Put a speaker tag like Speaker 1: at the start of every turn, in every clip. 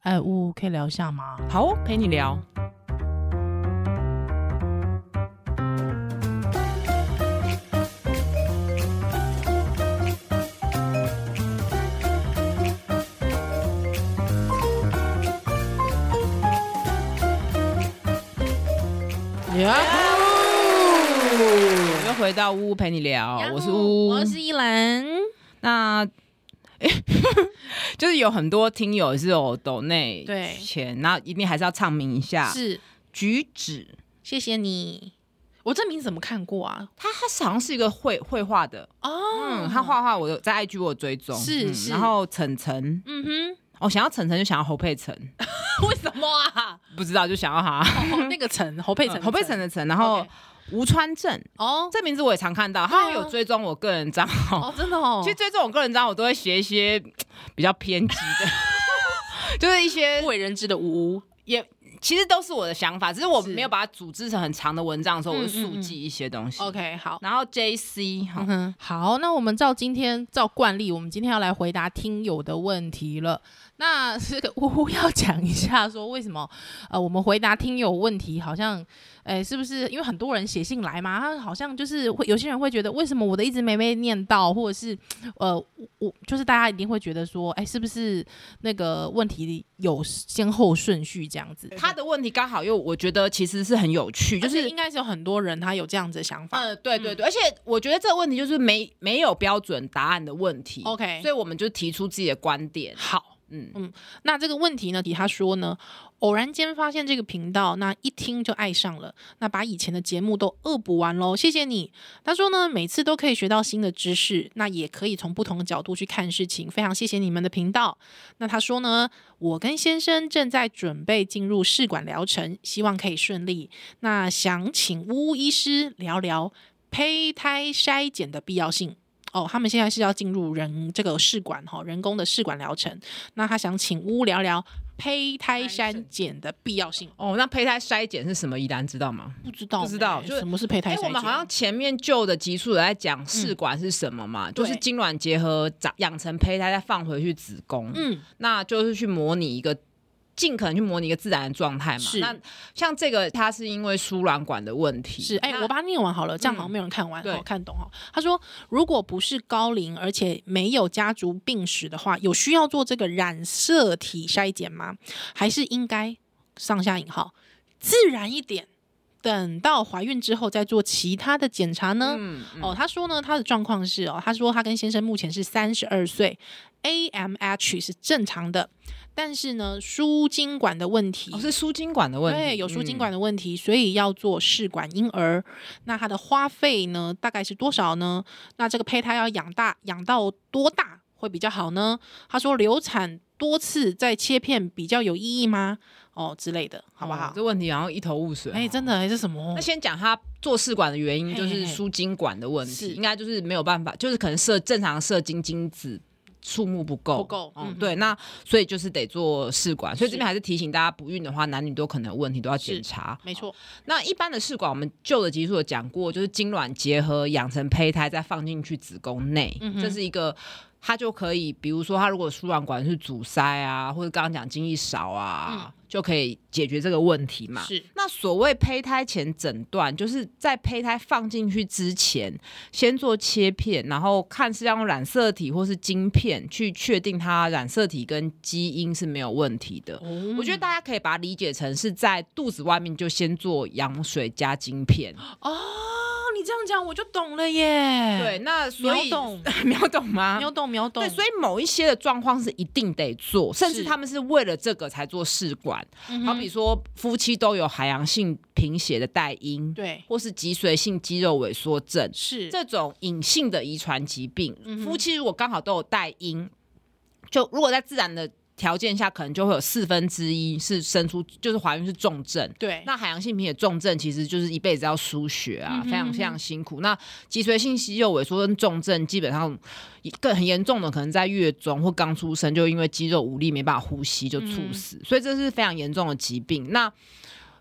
Speaker 1: 哎，呜，可以聊一下吗？
Speaker 2: 好哦，陪你聊。
Speaker 1: 呀
Speaker 2: 我们又回到呜呜陪你聊，我是呜呜，
Speaker 1: 我是依兰。
Speaker 2: 那。 就是有很多听友是有抖内
Speaker 1: 对
Speaker 2: 钱，那一定还是要唱名一下。
Speaker 1: 是，
Speaker 2: 举止，
Speaker 1: 谢谢你。我这名字怎么看过啊？
Speaker 2: 他他好像是一个绘绘画的，
Speaker 1: 哦
Speaker 2: 嗯，他，画画我有在 IG 我有追踪，
Speaker 1: 是
Speaker 2: 嗯
Speaker 1: 是
Speaker 2: 然后晨晨，
Speaker 1: 嗯
Speaker 2: 哦，想要晨晨就想要侯佩岑，
Speaker 1: 哼，为什么啊？
Speaker 2: 不知道就想要他，
Speaker 1: 哦，那个陈侯佩岑，
Speaker 2: 侯佩岑的岑，然后
Speaker 1: OK
Speaker 2: 吴川正，
Speaker 1: 哦
Speaker 2: 这名字我也常看到，
Speaker 1: 对啊
Speaker 2: 他有追踪我个人账号，
Speaker 1: 哦，真的哦，
Speaker 2: 其实追踪我个人账号我都会写一些比较偏激的， 就是一些
Speaker 1: 不为人知的呜呜，
Speaker 2: 也其实都是我的想法，只是我
Speaker 1: 是
Speaker 2: 没有把它组织成很长的文章的时候，
Speaker 1: 嗯
Speaker 2: 我会速记一些东西。
Speaker 1: OK，好。
Speaker 2: 然后 J C 哈
Speaker 1: 嗯，哼，好，那我们照今天照惯例，我们今天要来回答听友的问题了。那这个呜呜要讲一下，说为什么呃，我们回答听友问题好像，诶，是不是因为很多人写信来嘛？他好像就是会有些人会觉得，为什么我的一直没被念到，或者是呃，我我就是大家一定会觉得说，哎，是不是那个问题有先后顺序这样子？
Speaker 2: 他的问题刚好又我觉得其实是很有趣，就
Speaker 1: 就是呃是应该是有很多人他有这样子的想法。
Speaker 2: 嗯，对对对，而且我觉得这个问题就是没没有标准答案的问题。
Speaker 1: OK
Speaker 2: 所以我们就提出自己的观点。
Speaker 1: 好，
Speaker 2: 嗯，
Speaker 1: 那这个问题呢，底下说呢，偶然间发现这个频道，那一听就爱上了，那把以前的节目都恶补完喽，谢谢你。他说呢，每次都可以学到新的知识，那也可以从不同的角度去看事情，非常谢谢你们的频道。那他说呢，我跟先生正在准备进入试管疗程，希望可以顺利。那想请呜呜医师聊聊胚胎筛检的必要性。哦，他们现在是要进入人这个试管哈，人工的试管疗程。那他想请乌聊聊胚胎筛检的必要性，
Speaker 2: 哦，那胚胎筛检是什么？依然知道吗？
Speaker 1: 不知道
Speaker 2: 不知道
Speaker 1: 呢
Speaker 2: 就是
Speaker 1: 什么是胚
Speaker 2: 哎、
Speaker 1: 胎筛检？
Speaker 2: 我们好像前面旧的集数有在讲试管是什么嘛，就是
Speaker 1: 对
Speaker 2: 精卵结合长养成胚胎，再放回去子宫。
Speaker 1: 嗯
Speaker 2: 那就是去模拟一个。尽可能去模拟一个自然的状态嘛
Speaker 1: 是。
Speaker 2: 那像这个，它是因为输卵管的问题。
Speaker 1: 是哎、
Speaker 2: 那嗯
Speaker 1: 我把它念完好了，这样好像没有人看完，
Speaker 2: 对
Speaker 1: 好看懂哦。他说，如果不是高龄而且没有家族病史的话，有需要做这个染色体筛检吗？还是应该上下引号自然一点，等到怀孕之后再做其他的检查呢？
Speaker 2: 嗯嗯
Speaker 1: 哦，他说呢，他的状况是哦，他说他跟先生目前是三十二岁，AMH 是正常的，但是呢，输精管的问题。
Speaker 2: 哦是输精管的问题，
Speaker 1: 对，有输精管
Speaker 2: 嗯
Speaker 1: 的问题，所以要做试管婴儿。那它的花费呢，大概是多少呢？那这个胚胎要养大，养到多大会比较好呢？他说流产多次再切片比较有意义吗？哦之类的，好不好
Speaker 2: 哦？这问题好像一头雾水。哦
Speaker 1: 哎、真的、哎这什么
Speaker 2: 那？先讲他做试管的原因，
Speaker 1: 嘿
Speaker 2: 就
Speaker 1: 嘿
Speaker 2: 是
Speaker 1: 嘿
Speaker 2: 输精管的问
Speaker 1: 是
Speaker 2: 题，应该就是没有办法，就是可能射正常射精精子。数目不够，
Speaker 1: 不够嗯
Speaker 2: 嗯
Speaker 1: 哼，
Speaker 2: 对，那所以就是得做试管，所以
Speaker 1: 是
Speaker 2: 这边还是提醒大家，不孕的话，男女都可能有问题，都要检查。
Speaker 1: 没错，
Speaker 2: 那一般的试管，我们旧的集数有讲过，就是精卵结合养成胚胎，再放进去子宫内，
Speaker 1: 嗯哼
Speaker 2: 这是一个。它就可以，比如说，它如果输卵管是阻塞啊，或者刚刚讲精液少
Speaker 1: 嗯
Speaker 2: 啊，就可以解决这个问题嘛。
Speaker 1: 是
Speaker 2: 那所谓胚胎前诊断，就是在胚胎放进去之前，先做切片，然后看是要用染色体或是晶片去确定它染色体跟基因是没有问题的。
Speaker 1: 哦
Speaker 2: 我觉得大家可以把它理解成是在肚子外面就先做羊水加晶片，
Speaker 1: 哦，你这样讲我就懂了耶。
Speaker 2: 对，，那所以
Speaker 1: 秒懂，
Speaker 2: 秒懂吗？
Speaker 1: 秒懂，秒懂。
Speaker 2: 对，所以某一些的状况是一定得做，甚
Speaker 1: 是嗯
Speaker 2: 至他们是为了这个才做试管，
Speaker 1: 以
Speaker 2: 好比说夫妻都有海洋性贫血的带因，
Speaker 1: 对，
Speaker 2: 或是脊髓性肌肉萎缩症
Speaker 1: 是
Speaker 2: 这种隐性的遗传疾病，
Speaker 1: 嗯哼
Speaker 2: 夫妻如果刚好都有带因，就如果在自然的条件下，可能就会有四分之一是生出就是怀孕是重症。
Speaker 1: 对，
Speaker 2: 那海洋性贫血重症其实就是一辈子要输血啊，
Speaker 1: 嗯哼
Speaker 2: 非常非常辛苦。那脊髓性肌肉萎缩跟重症，基本上更很严重的，可能在月中或刚出生就因为肌肉无力没办法呼吸就猝
Speaker 1: 嗯
Speaker 2: 死，所以这是非常严重的疾病。那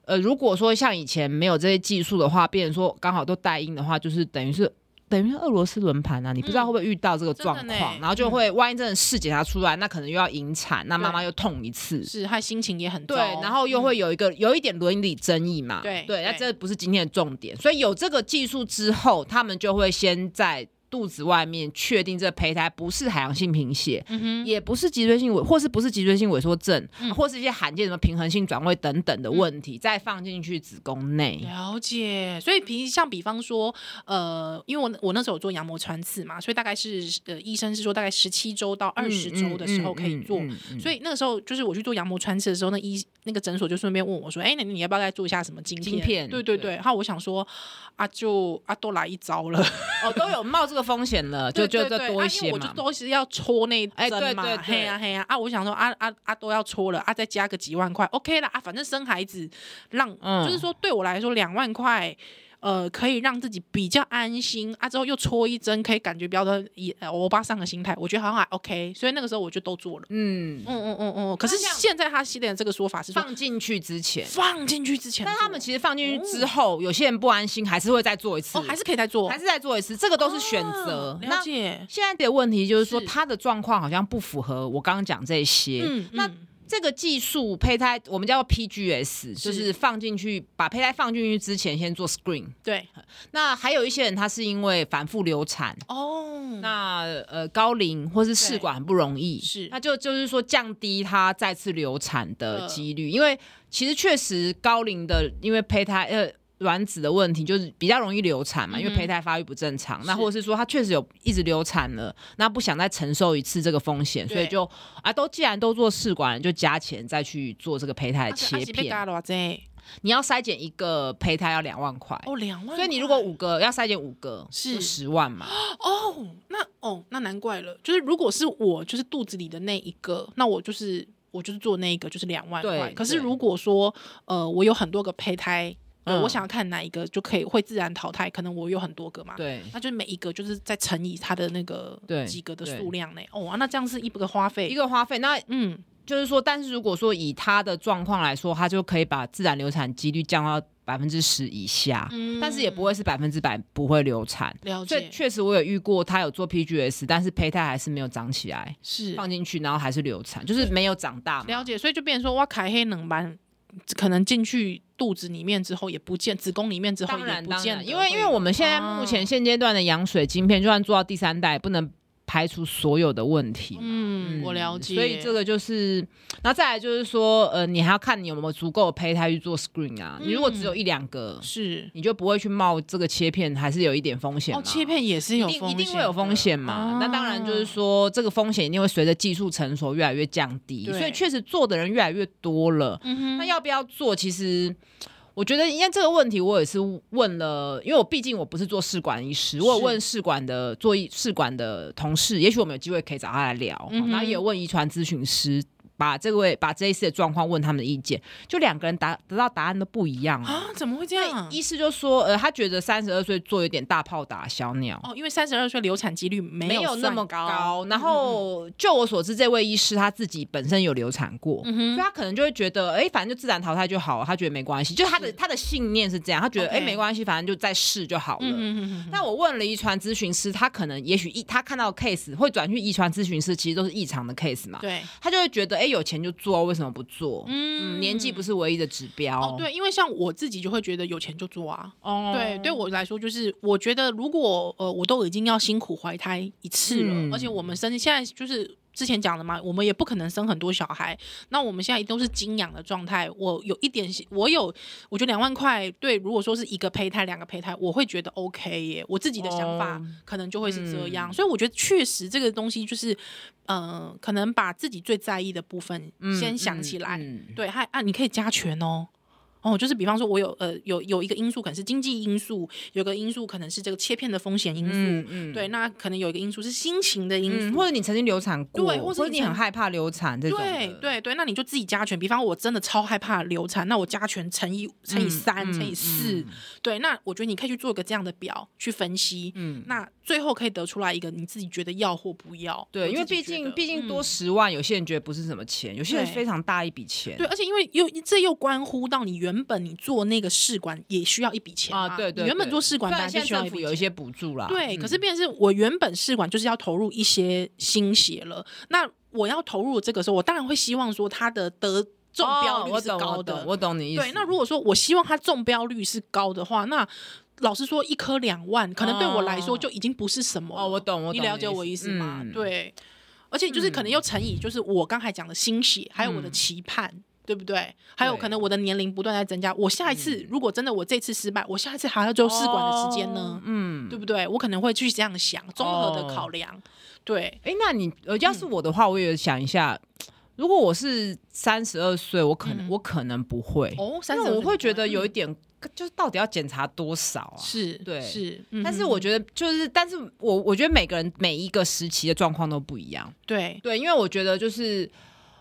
Speaker 2: 呃，如果说像以前没有这些技术的话，变成说刚好都带因的话，就是等于是等于是俄罗斯轮盘啊，你不知道
Speaker 1: 嗯
Speaker 2: 会不会遇到这个
Speaker 1: 真的
Speaker 2: 状
Speaker 1: 呢
Speaker 2: 况，然后就
Speaker 1: 嗯
Speaker 2: 会万一真的试检查出来，那可能又要引产，那妈妈又痛一次。
Speaker 1: 是害心情也很糟
Speaker 2: 对，然后又
Speaker 1: 嗯
Speaker 2: 会有一个、有一点伦理争议嘛，
Speaker 1: 对
Speaker 2: 对，那
Speaker 1: 对
Speaker 2: 这不是今天的重点，所以有这个技术之后，他们就会先在肚子外面确定这胚胎不是海洋性贫血，
Speaker 1: 嗯哼
Speaker 2: 也不是脊椎性萎，或是不是脊椎性萎缩症，
Speaker 1: 嗯
Speaker 2: 或是一些罕见什么平衡性转位等等的问题，再放进去子宫内。
Speaker 1: 了解，所以比像比方说，呃，因为我我那时候有做羊膜穿刺嘛，所以大概是呃，医生是说大概十七周到二十
Speaker 2: 嗯
Speaker 1: 周的时候可以做。所
Speaker 2: 以
Speaker 1: 以那个时候就是我去做羊膜穿刺的时候，那医那个诊所就顺便问我说：“哎、那你要不要再做一下什么晶片？”
Speaker 2: 晶片
Speaker 1: 对对对。
Speaker 2: 对
Speaker 1: 然后我想说，啊就啊都来一招了，
Speaker 2: 哦都有冒这个风险了，就就
Speaker 1: 对对
Speaker 2: 再
Speaker 1: 对
Speaker 2: 多
Speaker 1: 啊
Speaker 2: 一
Speaker 1: 因
Speaker 2: 些
Speaker 1: 为我就
Speaker 2: 嘛。
Speaker 1: 都是要戳那一
Speaker 2: 哎
Speaker 1: 针
Speaker 2: 对
Speaker 1: 嘛，
Speaker 2: 对对
Speaker 1: 嘿呀嘿呀啊！我想说啊啊啊都要戳了啊，再加个几万块，OK 啦啊，反正生孩子让、
Speaker 2: 嗯
Speaker 1: 就是说对我来说两万块。呃，可以让自己比较安心啊，之后又戳一针，可以感觉比较的以呃欧巴上的心态，我觉得好像还 OK，所以那个时候我就都做了。
Speaker 2: 嗯，
Speaker 1: 嗯嗯嗯嗯。可是
Speaker 2: 那这样
Speaker 1: 现在他系列的这个说法是说
Speaker 2: 放进去之前，
Speaker 1: 放进去之前做，
Speaker 2: 但他们其实放进去之后，有些人不安心，还是会再做一次，
Speaker 1: 哦还是可以再做，
Speaker 2: 还是再做一次，这个都是选择
Speaker 1: 啊。了
Speaker 2: 那
Speaker 1: 解。
Speaker 2: 现在的问题就是说，
Speaker 1: 是
Speaker 2: 他的状况好像不符合我刚刚讲这些。
Speaker 1: 嗯，
Speaker 2: 那
Speaker 1: 嗯
Speaker 2: 这个技术胚胎我们叫 PGS，就是放进去把胚胎放进去之前先做 screen。
Speaker 1: 对
Speaker 2: 那还有一些人他是因为反复流产，
Speaker 1: 哦，
Speaker 2: 那呃高龄或是试管很不容易，
Speaker 1: 是
Speaker 2: 那就就是说降低他再次流产的几
Speaker 1: 呃
Speaker 2: 率，因为其实确实高龄的因为胚胎呃。卵子的问题就是比较容易流产嘛，
Speaker 1: 嗯
Speaker 2: 因为
Speaker 1: 哼
Speaker 2: 胚胎发育不正常，那
Speaker 1: 是
Speaker 2: 或者是说他确实有一直流产了，那不想再承受一次这个风险，
Speaker 1: 对
Speaker 2: 所以就啊都既然都做试管了，就加钱再去做这个胚
Speaker 1: 啊
Speaker 2: 胎的切片。
Speaker 1: 片
Speaker 2: 你要筛检一个胚胎要两万块，
Speaker 1: 哦，两万块。
Speaker 2: 所以你如果五个要筛检五个
Speaker 1: 是
Speaker 2: 十万嘛，
Speaker 1: 哦，那哦，那难怪了。就是如果是我，就是肚子里的那一个，那我就是我就是做那一个，就是两万块。
Speaker 2: 对
Speaker 1: 可是
Speaker 2: 对
Speaker 1: 如果说呃，我有很多个胚胎，呃
Speaker 2: 嗯
Speaker 1: 我想要看哪一个就可以会自然淘汰，可能我有很多个嘛。。
Speaker 2: 对。
Speaker 1: 那就是每一个就是再乘以它的那个
Speaker 2: 对
Speaker 1: 几个的
Speaker 2: 对
Speaker 1: 数量呢？哦、啊那这样是一个花费，
Speaker 2: 一个花费，那
Speaker 1: 嗯，
Speaker 2: 就是说，但是如果说以他的状况来说，他就可以把自然流产几率降到百分之十以下，
Speaker 1: 嗯
Speaker 2: 但是也不会是百分之百不会流产。
Speaker 1: 了
Speaker 2: 所以
Speaker 1: 解，
Speaker 2: 确实我有遇过，他有做 PGS，但是胚胎还是没有长起来，
Speaker 1: 是
Speaker 2: 放进去然后还是流产，就是没有长大嘛。
Speaker 1: 了解，所以就变成说，哇，凯黑冷斑可能进去肚子里面之后也不见，子宫里面之后
Speaker 2: 当
Speaker 1: 也
Speaker 2: 然，
Speaker 1: 不
Speaker 2: 当
Speaker 1: 见
Speaker 2: 然，
Speaker 1: 得
Speaker 2: 因为
Speaker 1: 会啊
Speaker 2: 因为我们现在目前现阶段的羊水晶片，就算做到第三代，不能排除所有的问题嘛。
Speaker 1: 嗯，我了解，
Speaker 2: 所以这个就是，那再来就是说，呃，你还要看你有没有足够的胚胎去做 screen 啊。你如果
Speaker 1: 嗯
Speaker 2: 只有一两个，
Speaker 1: 是
Speaker 2: 你就不会去冒这个切片，还是有一点风险嘛
Speaker 1: 哦，切片也是有
Speaker 2: 一定
Speaker 1: 风
Speaker 2: 一
Speaker 1: 险，
Speaker 2: 定会有风险嘛
Speaker 1: 啊？
Speaker 2: 那当然就是说，这个风险一定会随着技术成熟越来越降低，
Speaker 1: 对
Speaker 2: 所以确实做的人越来越多了。
Speaker 1: 嗯哼，
Speaker 2: 那要不要做？其实我觉得，因为这个问题，我也是问了，因为我毕竟我不是做试管医师，我有问试管的做医试管的同事，也许我们有机会可以找他来聊，
Speaker 1: 嗯
Speaker 2: 然
Speaker 1: 哼
Speaker 2: 后也有问遗传咨询师。把这位把这一次的状况问他们的意见，就两个人答得到答案都不一样啊。
Speaker 1: 啊，怎么会这
Speaker 2: 因为
Speaker 1: 样？
Speaker 2: 医师就说，呃，他觉得三十二岁做有点大炮打小鸟，
Speaker 1: 哦，因为三十二岁流产几率没
Speaker 2: 没有
Speaker 1: 有
Speaker 2: 那
Speaker 1: 算
Speaker 2: 么
Speaker 1: 高，嗯
Speaker 2: 然后，就我所知，这位医师他自己本身有流产过，
Speaker 1: 嗯
Speaker 2: 所以
Speaker 1: 哼，
Speaker 2: 他可能就会觉得，哎、反正就自然淘汰就好了，他觉得没关系，就他的他的信念是这样，他觉得，
Speaker 1: 嗯 OK
Speaker 2: 哎、没关系，反正就再试就好了。
Speaker 1: 嗯哼嗯哼，
Speaker 2: 但我问了遗传咨询师，他可能也许一他看到的 case 会转去遗传咨询师，其实都是异常的 case 嘛，
Speaker 1: 对，
Speaker 2: 他就会觉得，哎、有钱就做，为什么不做？
Speaker 1: 嗯
Speaker 2: 嗯，年纪不是唯一的指标。
Speaker 1: 哦，对，因为像我自己就会觉得有钱就做啊，
Speaker 2: 哦
Speaker 1: 对，对我来说就是，我觉得如果呃，我都已经要辛苦怀胎一次了，
Speaker 2: 嗯
Speaker 1: 而且我们生现在就是之前讲的嘛，我们也不可能生很多小孩，那我们现在都是精养的状态。我有一点，我有，我觉得两万块，对，如果说是一个胚胎、两个胚胎，我会觉得 OK 耶，我自己的想法
Speaker 2: 哦嗯
Speaker 1: 可能就会是这样，所以我觉得确实这个东西就是，呃，可能把自己最在意的部分
Speaker 2: 嗯
Speaker 1: 先想起来，
Speaker 2: 嗯嗯
Speaker 1: 对，还啊，你可以加权哦。哦，就是比方说，我有呃有有一个因素可能是经济因素，有个因素可能是这个切片的风险因素，
Speaker 2: 嗯嗯
Speaker 1: 对，那可能有一个因素是心情的因
Speaker 2: 嗯，
Speaker 1: 素，
Speaker 2: 或者你曾经流产过，
Speaker 1: 对或
Speaker 2: 或
Speaker 1: 是你
Speaker 2: 者你很害怕流产这种的，
Speaker 1: 对对对，那你就自己加权。比方我真的超害怕流产，那我加权乘以乘以
Speaker 2: 嗯
Speaker 1: 三、
Speaker 2: 嗯
Speaker 1: 乘以四、
Speaker 2: 嗯
Speaker 1: 对，那我觉得你可以去做一个这样的表去分析，
Speaker 2: 嗯，
Speaker 1: 那最后可以得出来一个你自己觉得要或不要。我
Speaker 2: 对，因为
Speaker 1: 自己
Speaker 2: 毕
Speaker 1: 觉
Speaker 2: 竟
Speaker 1: 得
Speaker 2: 毕竟多
Speaker 1: 嗯
Speaker 2: 十万，有些人觉得不是什么钱，有些人
Speaker 1: 对
Speaker 2: 非常大一笔钱。
Speaker 1: 对，而且因为又这又关乎到你原本你做那个试管也需要一笔钱
Speaker 2: 啊，
Speaker 1: 嘛
Speaker 2: 对对，
Speaker 1: 你原本
Speaker 2: 对
Speaker 1: 做试管
Speaker 2: 虽
Speaker 1: 本来
Speaker 2: 然
Speaker 1: 就
Speaker 2: 现在
Speaker 1: 需要
Speaker 2: 政
Speaker 1: 一
Speaker 2: 府
Speaker 1: 笔
Speaker 2: 有
Speaker 1: 钱
Speaker 2: 一。些补助啦，
Speaker 1: 对，
Speaker 2: 嗯
Speaker 1: 可是变成是我原本试管就是要投入一些心血了，那我要投入这个时候，我当然会希望说它的得中标
Speaker 2: 哦
Speaker 1: 率
Speaker 2: 我
Speaker 1: 是
Speaker 2: 懂
Speaker 1: 高
Speaker 2: 我
Speaker 1: 的。
Speaker 2: 懂我懂你意思。
Speaker 1: 对，那如果说我希望它中标率是高的话，那老实说，一颗两万，可能对我来说
Speaker 2: 哦
Speaker 1: 就已经不是什么了。
Speaker 2: 哦，我懂，我
Speaker 1: 你
Speaker 2: 懂
Speaker 1: 了解我意思吗？
Speaker 2: 嗯
Speaker 1: 对，而且就是可能又乘以就是我刚才讲的心血，还有我的
Speaker 2: 嗯
Speaker 1: 期盼。对不对？还有
Speaker 2: 对嗯
Speaker 1: 可能我的年龄不断在增加，我下一次、如果真的我这次失败，我下一次还要做试管的时间呢
Speaker 2: 哦，嗯，
Speaker 1: 对不对？我可能会去这样想，综合的
Speaker 2: 哦
Speaker 1: 考量。对，
Speaker 2: 哎、那你呃，要
Speaker 1: 嗯
Speaker 2: 是我的话，我也想一下，如果我是三十二岁，我可能、
Speaker 1: 嗯
Speaker 2: 我可能不会，
Speaker 1: 哦，三
Speaker 2: 但
Speaker 1: 十
Speaker 2: 我会觉得
Speaker 1: 嗯
Speaker 2: 有一点，就是到底要检查多少啊？
Speaker 1: 是，
Speaker 2: 对
Speaker 1: 是，嗯
Speaker 2: 但是我
Speaker 1: 得
Speaker 2: 觉得就是，但是我我觉得每个人每一个时期的状况都不一样，
Speaker 1: 对，
Speaker 2: 对，因为我觉得就是。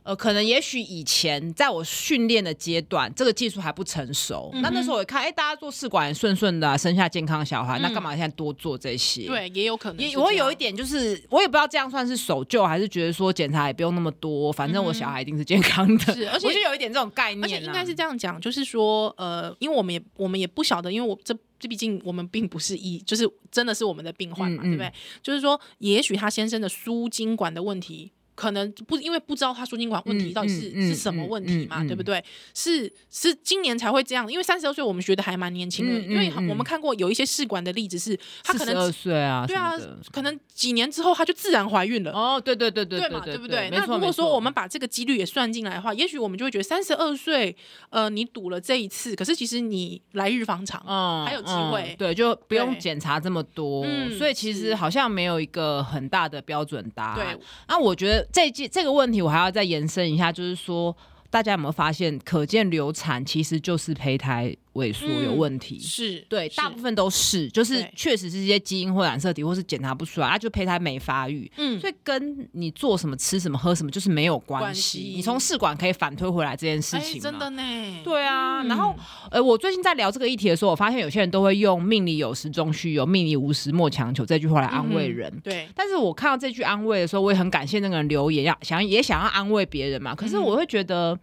Speaker 2: 呃，可能也许以前在我训练的阶段，这个技术还不成熟。
Speaker 1: 嗯
Speaker 2: 那那时候我看，哎、大家做试管也顺顺的、啊，生下健康小孩，那干嘛现在多做这些？
Speaker 1: 嗯对，也有可能是
Speaker 2: 也
Speaker 1: 这样，
Speaker 2: 我会有一点就是，我也不知道这样算是守旧，还是觉得说检查也不用那么多，反正我小孩一定是健康
Speaker 1: 嗯
Speaker 2: 的。
Speaker 1: 是而且
Speaker 2: 我就有一点这种概念、啊，
Speaker 1: 而且应该是这样讲，就是说，呃，因为我们也我们也不晓得，因为我这这毕竟我们并不是医，就是真的是我们的病患嘛，
Speaker 2: 嗯
Speaker 1: 对不对？就是说，也许他先生的输精管的问题。可能不因为不知道他输精管问题
Speaker 2: 嗯
Speaker 1: 到底是、
Speaker 2: 嗯嗯
Speaker 1: 是什么问题嘛，
Speaker 2: 嗯嗯嗯
Speaker 1: 对不对？是是今年才会这样，因为三十二岁我们觉得还蛮年轻的，
Speaker 2: 嗯嗯
Speaker 1: 因为
Speaker 2: 嗯
Speaker 1: 我们看过有一些试管的例子是，他可
Speaker 2: 四十二
Speaker 1: 能
Speaker 2: 岁啊，
Speaker 1: 对啊
Speaker 2: 什么的，
Speaker 1: 可能几年之后他就自然怀孕了，
Speaker 2: 哦，对对对对
Speaker 1: 嘛，
Speaker 2: 对
Speaker 1: 不
Speaker 2: 对
Speaker 1: 对？？那
Speaker 2: 没错
Speaker 1: 如果
Speaker 2: 没
Speaker 1: 说
Speaker 2: 错
Speaker 1: 我们把这个几率也算进来的话，也许我们就会觉得三十二岁，呃，你赌了这一次，可是其实你来日方长，啊
Speaker 2: 嗯
Speaker 1: 还有机
Speaker 2: 嗯
Speaker 1: 会
Speaker 2: 对，就不用
Speaker 1: 对
Speaker 2: 检查这么多，
Speaker 1: 嗯
Speaker 2: 所以其实
Speaker 1: 是
Speaker 2: 好像没有一个很大的标准答案
Speaker 1: 对。，
Speaker 2: 那我觉得这件这个问题，我还要再延伸一下，就是说。大家有没有发现，可见流产其实就是胚胎萎缩有
Speaker 1: 嗯
Speaker 2: 问题？
Speaker 1: 是，
Speaker 2: 对，
Speaker 1: 是
Speaker 2: 大部分都是，就是
Speaker 1: 对
Speaker 2: 确实是一些基因或染色体，或是检查不出来，啊，就胚胎没发育，
Speaker 1: 嗯，
Speaker 2: 所以跟你做什么、吃什么、喝什么就是没有关
Speaker 1: 关
Speaker 2: 系
Speaker 1: 系。
Speaker 2: 你从试管可以反推回来这件事
Speaker 1: 哎
Speaker 2: 情嘛
Speaker 1: 真的呢，
Speaker 2: 对啊，
Speaker 1: 嗯
Speaker 2: 然后呃，我最近在聊这个议题的时候，我发现有些人都会用“命里有时终须有，命里无时莫强求”这句话来安
Speaker 1: 嗯
Speaker 2: 慰人。
Speaker 1: 对，
Speaker 2: 但是我看到这句安慰的时候，我也很感谢那个人留言，要想也想要安慰别人嘛。可
Speaker 1: 嗯
Speaker 2: 是我会觉得，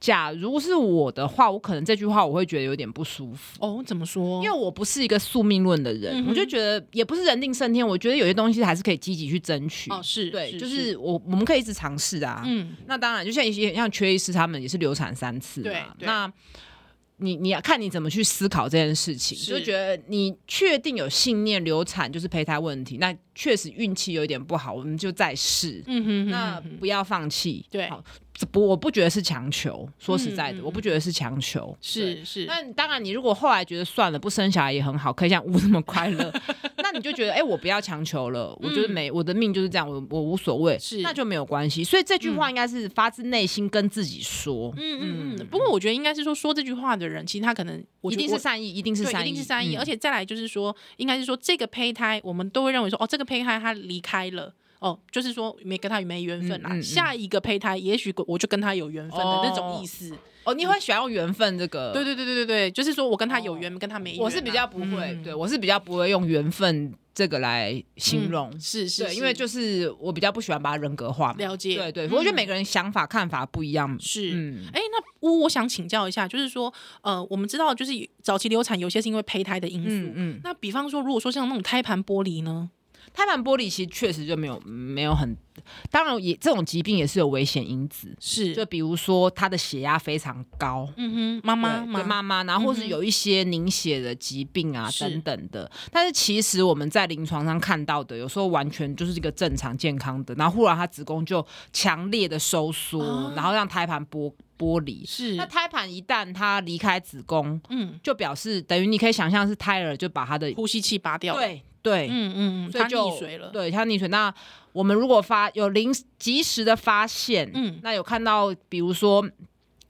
Speaker 2: 假如是我的话，我可能这句话我会觉得有点不舒服。
Speaker 1: 哦，怎么说？
Speaker 2: 因为我不是一个宿命论的人，
Speaker 1: 嗯哼
Speaker 2: 我就觉得也不是人定胜天，我觉得有些东西还是可以积极去争取。
Speaker 1: 哦，是，
Speaker 2: 对，就是我我们可以一直尝试啊。
Speaker 1: 嗯，
Speaker 2: 那当然，就像一些像缺医师他们也是流产三次嘛。
Speaker 1: 对对
Speaker 2: 那你你要看你怎么去思考这件事情，
Speaker 1: 是
Speaker 2: 就觉得你确定有信念流产就是胚胎问题，那确实运气有点不好，我们就再试。
Speaker 1: 嗯哼，
Speaker 2: 那
Speaker 1: 嗯哼
Speaker 2: 不要放弃，
Speaker 1: 对
Speaker 2: 好，这不，我不觉得是强求。说实在的，
Speaker 1: 嗯嗯
Speaker 2: 我不觉得是强求，对
Speaker 1: 是是，
Speaker 2: 那你当然，你如果后来觉得算了，不生小孩也很好，可以像无那么快乐， 那你就觉得，哎、我不要强求了，我就是没、我的命就是这样，我我无所谓，
Speaker 1: 是
Speaker 2: 那就没有关系。所以这句话应该是发自内心跟自己说，
Speaker 1: 嗯嗯嗯，不过我觉得应该是说说这句话的人，其实他可能我
Speaker 2: 一
Speaker 1: 觉得
Speaker 2: 定
Speaker 1: 我
Speaker 2: 是善意，一定是
Speaker 1: 对，
Speaker 2: 善
Speaker 1: 一
Speaker 2: 意，嗯
Speaker 1: 定是善意。而
Speaker 2: 且
Speaker 1: 且再来就是说，应该是说这个胚胎，我们都会认为说，哦，这个胚胎它离开了。哦，就是说没跟他没缘分啦，
Speaker 2: 嗯嗯嗯
Speaker 1: 下一个胚胎也许我就跟他有缘分的那种意思。
Speaker 2: 哦，你会喜欢用缘分这个，
Speaker 1: 对对对对对对，就是说我跟他有缘，跟他没缘啊。
Speaker 2: 哦我是比较不会，
Speaker 1: 嗯
Speaker 2: 对我是比较不会用缘分这个来形容，
Speaker 1: 是是
Speaker 2: 嗯对，因为就是嗯我比较不喜欢把它人格化嘛，
Speaker 1: 了解。
Speaker 2: 对对，我觉得每个人想法看法不一样，
Speaker 1: 是。
Speaker 2: 嗯，
Speaker 1: 哎，那我我想请教一下，就是说，呃，我们知道，就是早期流产有些是因为胚胎的因素。
Speaker 2: 嗯嗯。
Speaker 1: 那比方说，如果说像那种胎盘剥离呢？
Speaker 2: 胎盘剥离其实确实就没有没有很，当然也这种疾病也是有危险因子，
Speaker 1: 是，
Speaker 2: 就比如说他的血压非常高。
Speaker 1: 嗯哼，妈妈
Speaker 2: 对对
Speaker 1: 嘛，
Speaker 2: 妈妈，然后或是有一些凝血的疾病啊、
Speaker 1: 是
Speaker 2: 等等的，但是其实我们在临床上看到的，有时候完全就是一个正常健康的，然后忽然她子宫就强烈的收缩，
Speaker 1: 啊
Speaker 2: 然后让胎盘剥剥离。
Speaker 1: 是
Speaker 2: 那，胎盘一旦它离开子宫，
Speaker 1: 嗯，
Speaker 2: 就表示等于你可以想象是胎儿就把它的
Speaker 1: 呼吸器拔掉了。
Speaker 2: 对对
Speaker 1: 嗯嗯，嗯，
Speaker 2: 所以
Speaker 1: 它
Speaker 2: 就
Speaker 1: 溺水了。
Speaker 2: 对，它溺水。那我们如果发有临及时的发现，
Speaker 1: 嗯
Speaker 2: 那有看到，比如说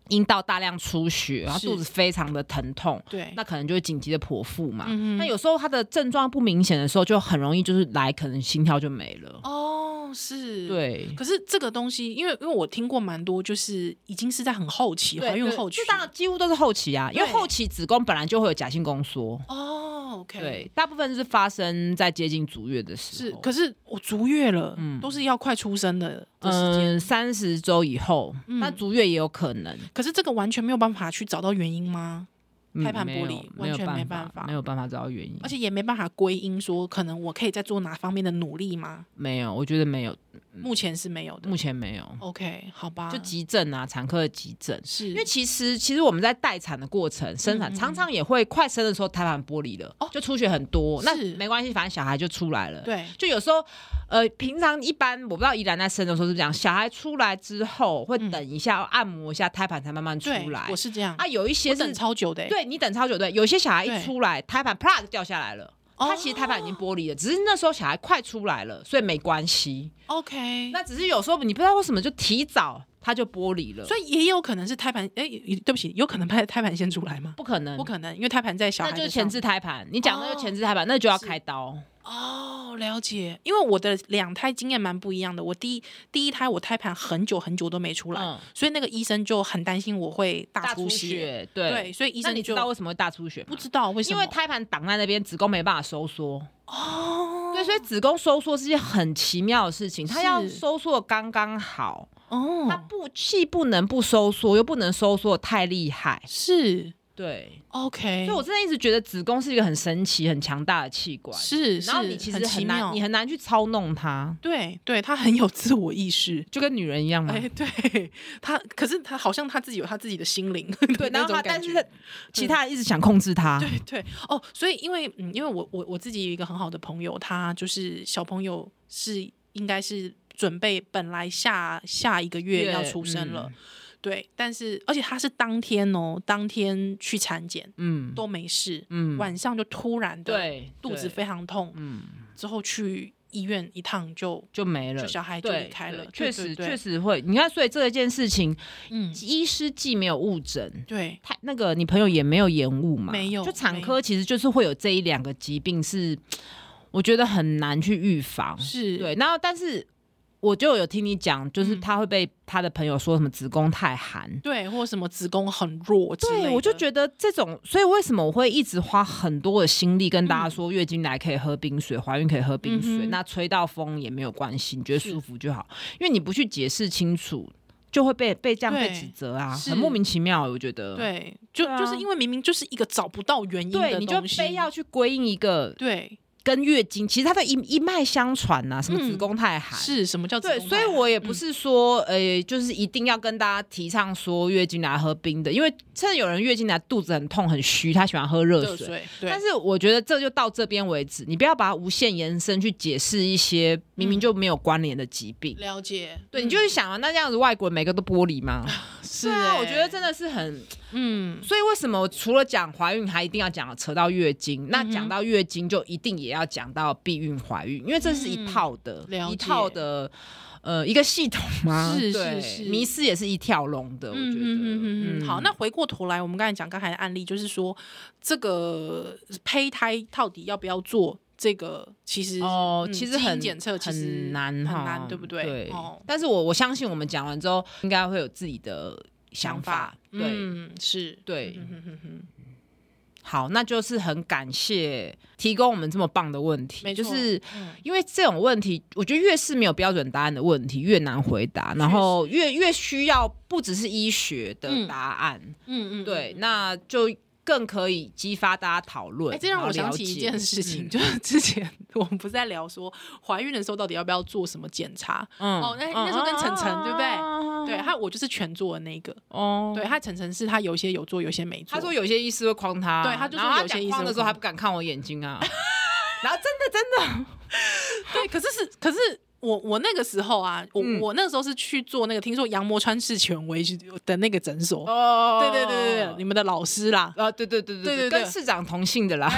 Speaker 2: 阴道大量出血，然后
Speaker 1: 是
Speaker 2: 肚子非常的疼痛，
Speaker 1: 对，
Speaker 2: 那可能就会紧急的剖腹嘛。
Speaker 1: 嗯哼
Speaker 2: 那有时候它的症状不明显的时候，就很容易就是来，可能心跳就没了。
Speaker 1: 哦是，。
Speaker 2: 对。
Speaker 1: 可是这个东西，因为因为我听过蛮多，就是已经是在很后期
Speaker 2: 对
Speaker 1: 怀孕
Speaker 2: 对
Speaker 1: 后期
Speaker 2: 这当然几乎都是后期啊，因为
Speaker 1: 对
Speaker 2: 后期子宫本来就会有假性宫缩，
Speaker 1: 哦， OK，
Speaker 2: 对，大部分是发生在接近足月的时
Speaker 1: 是，
Speaker 2: 候，
Speaker 1: 可是我足月了，
Speaker 2: 哦嗯
Speaker 1: 都是要快出生的的时间。
Speaker 2: 嗯，三十周以后，
Speaker 1: 嗯
Speaker 2: 那足月也有可能。
Speaker 1: 可是这个完全没有办法去找到原因吗？
Speaker 2: 嗯
Speaker 1: 胎盘
Speaker 2: 没
Speaker 1: 剥
Speaker 2: 有
Speaker 1: 离
Speaker 2: 没
Speaker 1: 完
Speaker 2: 有
Speaker 1: 全没
Speaker 2: 办
Speaker 1: 办法
Speaker 2: 没有办法找到原因
Speaker 1: 而。且也没办法归因说，可能我可以再做哪方面的努力吗？
Speaker 2: 没有，我觉得没有，
Speaker 1: 目前是没有的。
Speaker 2: 嗯目前没有。
Speaker 1: OK，好吧，
Speaker 2: 就急诊啊，产科的急诊。
Speaker 1: 是
Speaker 2: 啊因为其实，其实我们在待产的过程，生产
Speaker 1: 嗯嗯
Speaker 2: 常常也会快生的时候胎盘剥离了，
Speaker 1: 哦
Speaker 2: 就出血很多，那
Speaker 1: 是
Speaker 2: 没关系，反正小孩就出来了。，
Speaker 1: 对，
Speaker 2: 就有时候，呃，平常一般我不知道宜兰在生的时候是不是这样，小孩出来之后会
Speaker 1: 嗯
Speaker 2: 等一下、按摩一下胎盘才慢慢出
Speaker 1: 对
Speaker 2: 来
Speaker 1: 我。是这样，
Speaker 2: 啊，有一些
Speaker 1: 我
Speaker 2: 是
Speaker 1: 等超久的欸、
Speaker 2: 对你等超久，对，有些小孩
Speaker 1: 对
Speaker 2: 一出来胎盘啪就掉下来了。
Speaker 1: 哦
Speaker 2: 他其实胎盘已经剥离了，只是那时候小孩快出来了，所以没关系。
Speaker 1: OK，
Speaker 2: 那只是有时候你不知道为什么就提早它就剥离了，
Speaker 1: 所以也有可能是胎盘，哎、对不起，有可能胎胎盘先出来吗？
Speaker 2: 不可能
Speaker 1: 不，可能，因为胎盘在小
Speaker 2: 嗯那
Speaker 1: 孩
Speaker 2: 就是
Speaker 1: 的
Speaker 2: 前
Speaker 1: 上
Speaker 2: 置胎盘。你讲的
Speaker 1: 哦
Speaker 2: 就前置胎盘，那就要
Speaker 1: 是
Speaker 2: 开刀。
Speaker 1: 哦，了解。因为我的两胎经验蛮不一样的，我第一第一胎我胎盘很久很久都没出来，
Speaker 2: 嗯
Speaker 1: 所以那个医生就很担心我会大
Speaker 2: 大
Speaker 1: 出
Speaker 2: 出
Speaker 1: 血。
Speaker 2: 血，
Speaker 1: 对
Speaker 2: 对。
Speaker 1: 所以医
Speaker 2: 那
Speaker 1: 生
Speaker 2: 你知
Speaker 1: 就
Speaker 2: 道为什么会大出血吗
Speaker 1: 不？知道为什
Speaker 2: 因
Speaker 1: 么，
Speaker 2: 为胎盘挡在那边，子宫没办法收缩。
Speaker 1: 哦，
Speaker 2: 对，所以子宫收缩是件很奇妙的事情，它
Speaker 1: 是
Speaker 2: 要收缩得刚刚好，它
Speaker 1: 哦，
Speaker 2: 不既不能不收缩，又不能收缩得太厉害。
Speaker 1: 是
Speaker 2: 对，
Speaker 1: OK，
Speaker 2: 所以我真的一直觉得子宫是一个很神奇、很强大的器官。
Speaker 1: 是是
Speaker 2: 然后你其
Speaker 1: 很
Speaker 2: 实
Speaker 1: 奇
Speaker 2: 很难，
Speaker 1: 妙，
Speaker 2: 你很难去操弄它，
Speaker 1: 对对，他很有自我意识。
Speaker 2: 就跟女人一样嘛。
Speaker 1: 哎、对他，可是他好像他自己有他自己的心灵，
Speaker 2: 对，然
Speaker 1: 那
Speaker 2: 后
Speaker 1: 种
Speaker 2: 他，
Speaker 1: 感
Speaker 2: 但
Speaker 1: 觉嗯
Speaker 2: 是其他人一直想控制他。
Speaker 1: 对对哦，所以因为嗯，因为我我我自己有一个很好的朋友，他就是小朋友是应该是准备本来下下一个月要出生了，
Speaker 2: 嗯
Speaker 1: 对，但是而且他是当天哦，当天去产检
Speaker 2: 嗯
Speaker 1: 都没事，
Speaker 2: 嗯，
Speaker 1: 晚上就突然的
Speaker 2: 对
Speaker 1: 肚子
Speaker 2: 对
Speaker 1: 非常痛，
Speaker 2: 嗯
Speaker 1: 之后去医院一趟就
Speaker 2: 就没了
Speaker 1: 就。小孩就
Speaker 2: 对
Speaker 1: 离，开了，
Speaker 2: 对
Speaker 1: 对
Speaker 2: 确实
Speaker 1: 对
Speaker 2: 确实会。你看，所以这一件事情，
Speaker 1: 嗯，
Speaker 2: 医师既没有误诊，
Speaker 1: 对，
Speaker 2: 太那个你朋友也没有延误嘛，
Speaker 1: 没有
Speaker 2: 就
Speaker 1: 没
Speaker 2: 产
Speaker 1: 有
Speaker 2: 科其实就是会有这一两个疾病是，我觉得很难去预防。
Speaker 1: 是，
Speaker 2: 嗯对，然后但是我就有听你讲，就是
Speaker 1: 嗯
Speaker 2: 他会被他的朋友说什么子宫太寒。
Speaker 1: 对，或什么子宫很弱之类
Speaker 2: 对，
Speaker 1: 的，
Speaker 2: 我就觉得这种，所以为什么我会一直花很多的心力跟大家说，月经来可以喝冰水，怀孕可以喝冰
Speaker 1: 嗯
Speaker 2: 水，
Speaker 1: 哼
Speaker 2: 那吹到风也没有关系，你觉得
Speaker 1: 是
Speaker 2: 舒服就好，因为你不去解释清楚，就会被被这样被
Speaker 1: 对
Speaker 2: 指责啊，
Speaker 1: 是
Speaker 2: 很莫名其妙，我觉得。
Speaker 1: 对，就、
Speaker 2: 对啊
Speaker 1: 就是因为明明就是一个找不到原因的
Speaker 2: 对，
Speaker 1: 东西，
Speaker 2: 你就非要去归因一个
Speaker 1: 对
Speaker 2: 跟月经，其实它的一一脉相传呐、什么子
Speaker 1: 嗯
Speaker 2: 宫太寒。
Speaker 1: 是什么叫子
Speaker 2: 对，
Speaker 1: 宫
Speaker 2: 所以
Speaker 1: 太
Speaker 2: 我
Speaker 1: 寒
Speaker 2: 也不
Speaker 1: 嗯
Speaker 2: 是说，呃、就是一定要跟大家提倡说月经来喝冰的，因为真的有人月经来肚子很痛很虚，他喜欢喝热
Speaker 1: 热
Speaker 2: 水。
Speaker 1: 水，对，
Speaker 2: 但是我觉得这就到这边为止，你不要把它无限延伸去解释一些明明就没有关联的疾病。
Speaker 1: 了解，
Speaker 2: 对，
Speaker 1: 嗯
Speaker 2: 你就会想啊，那这样子外国人每个都玻璃吗？
Speaker 1: 是
Speaker 2: 对啊，
Speaker 1: 欸
Speaker 2: 我觉得真的是很
Speaker 1: 嗯
Speaker 2: 所以为什么我除了讲怀孕，还一定要讲扯到月
Speaker 1: 嗯
Speaker 2: 经？那讲到月经，就一定也要讲到避孕、怀孕，因为这是一套的，
Speaker 1: 嗯了解
Speaker 2: 一套的，呃，一个系统嘛。
Speaker 1: 是
Speaker 2: 对
Speaker 1: 是是
Speaker 2: 迷失也是一条龙的，我觉得。
Speaker 1: 嗯嗯嗯嗯嗯，好，
Speaker 2: 嗯
Speaker 1: 那回过头来，我们刚才讲刚才的案例，就是说这个胚胎到底要不要做？这个其实
Speaker 2: 哦，
Speaker 1: 嗯
Speaker 2: 其实
Speaker 1: 基因
Speaker 2: 很
Speaker 1: 检测其实
Speaker 2: 很难
Speaker 1: 很
Speaker 2: 哈，
Speaker 1: 难对不对
Speaker 2: 对
Speaker 1: 哦。
Speaker 2: 但是我我相信我们讲完之后，应该会有自己的想法。对
Speaker 1: 嗯是，
Speaker 2: 对
Speaker 1: 嗯，哼哼哼
Speaker 2: 好，那就是很感谢提供我们这么棒的问题，
Speaker 1: 没
Speaker 2: 就
Speaker 1: 错
Speaker 2: 是
Speaker 1: 嗯
Speaker 2: 因为这种问题，我觉得越是没有标准答案的问题，越难回答，然后越越需要不只是医学的答案，
Speaker 1: 嗯嗯，
Speaker 2: 对，
Speaker 1: 嗯
Speaker 2: 那就更可以激发大家讨论。
Speaker 1: 哎、这让我
Speaker 2: 然
Speaker 1: 想
Speaker 2: 后了
Speaker 1: 起一
Speaker 2: 解嗯
Speaker 1: 件事情，，就是 之前我们不是在聊说怀孕的时候到底要不要做什么检查？
Speaker 2: 嗯
Speaker 1: 哦那那时候跟晨晨对不对对，
Speaker 2: 他
Speaker 1: 他我就是全做的那个，
Speaker 2: 哦，
Speaker 1: 对他晨晨是他有一些有做，有一些没做。
Speaker 2: 他说有些医师会框他，
Speaker 1: 对他就说
Speaker 2: 然后他
Speaker 1: 有些
Speaker 2: 讲
Speaker 1: 医师
Speaker 2: 框的时
Speaker 1: 会
Speaker 2: 候
Speaker 1: 框
Speaker 2: 还不敢看我眼 睛啊，然后真的真的
Speaker 1: 对，可是是可是我我那个时候啊，我、
Speaker 2: 嗯
Speaker 1: 我那个时候是去做那个听说羊膜穿刺权威的那个诊所，
Speaker 2: 哦
Speaker 1: 对对对对对，你们的老师 啦，
Speaker 2: 啊，对对对
Speaker 1: 对对对哎
Speaker 2: 跟市长同姓的啦，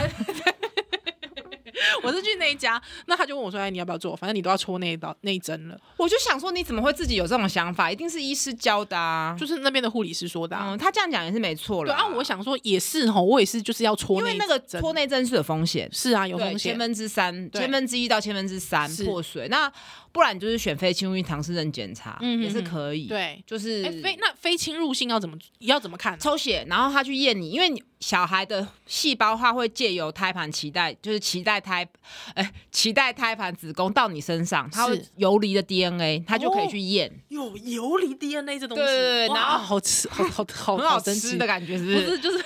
Speaker 1: 我是去那一家，那他就问我说，哎，你要不要做？反正你都要戳那一刀那一针了，
Speaker 2: 我就想说你怎么会自己有这种想法？一定是医师教的啊。
Speaker 1: 就是那边的护理师说的、啊。
Speaker 2: 嗯，他这样讲也是没错
Speaker 1: 对
Speaker 2: 了。
Speaker 1: 啊，我想说也是吼，我也是就是要戳
Speaker 2: 因为
Speaker 1: 一
Speaker 2: 那个
Speaker 1: 针
Speaker 2: 脱内针是有风险，
Speaker 1: 是啊，有
Speaker 2: 对
Speaker 1: 风险
Speaker 2: 千，分之三、
Speaker 1: 对
Speaker 2: 千分之一到千分之三
Speaker 1: 是
Speaker 2: 破水。那不然你就是选非侵入性唐氏症检查，
Speaker 1: 嗯
Speaker 2: 也是
Speaker 1: 嗯嗯
Speaker 2: 可以。，
Speaker 1: 对，
Speaker 2: 就是
Speaker 1: 哎，非那非侵入性要怎么要怎么看、啊？
Speaker 2: 抽血，然后他去验你，因为你小孩的细胞它会借由胎盘脐带，就是脐带胎，哎、脐带胎盘子宫到你身上，它会
Speaker 1: 是
Speaker 2: 游离的 DNA，它就可以
Speaker 1: 哦
Speaker 2: 去验，
Speaker 1: 有游离 DNA 这东
Speaker 2: 对对对
Speaker 1: 哇
Speaker 2: 然后
Speaker 1: 好吃， 好好哦好
Speaker 2: 很好
Speaker 1: 神奇
Speaker 2: 吃的感觉，是不
Speaker 1: 不
Speaker 2: 是？
Speaker 1: 是就是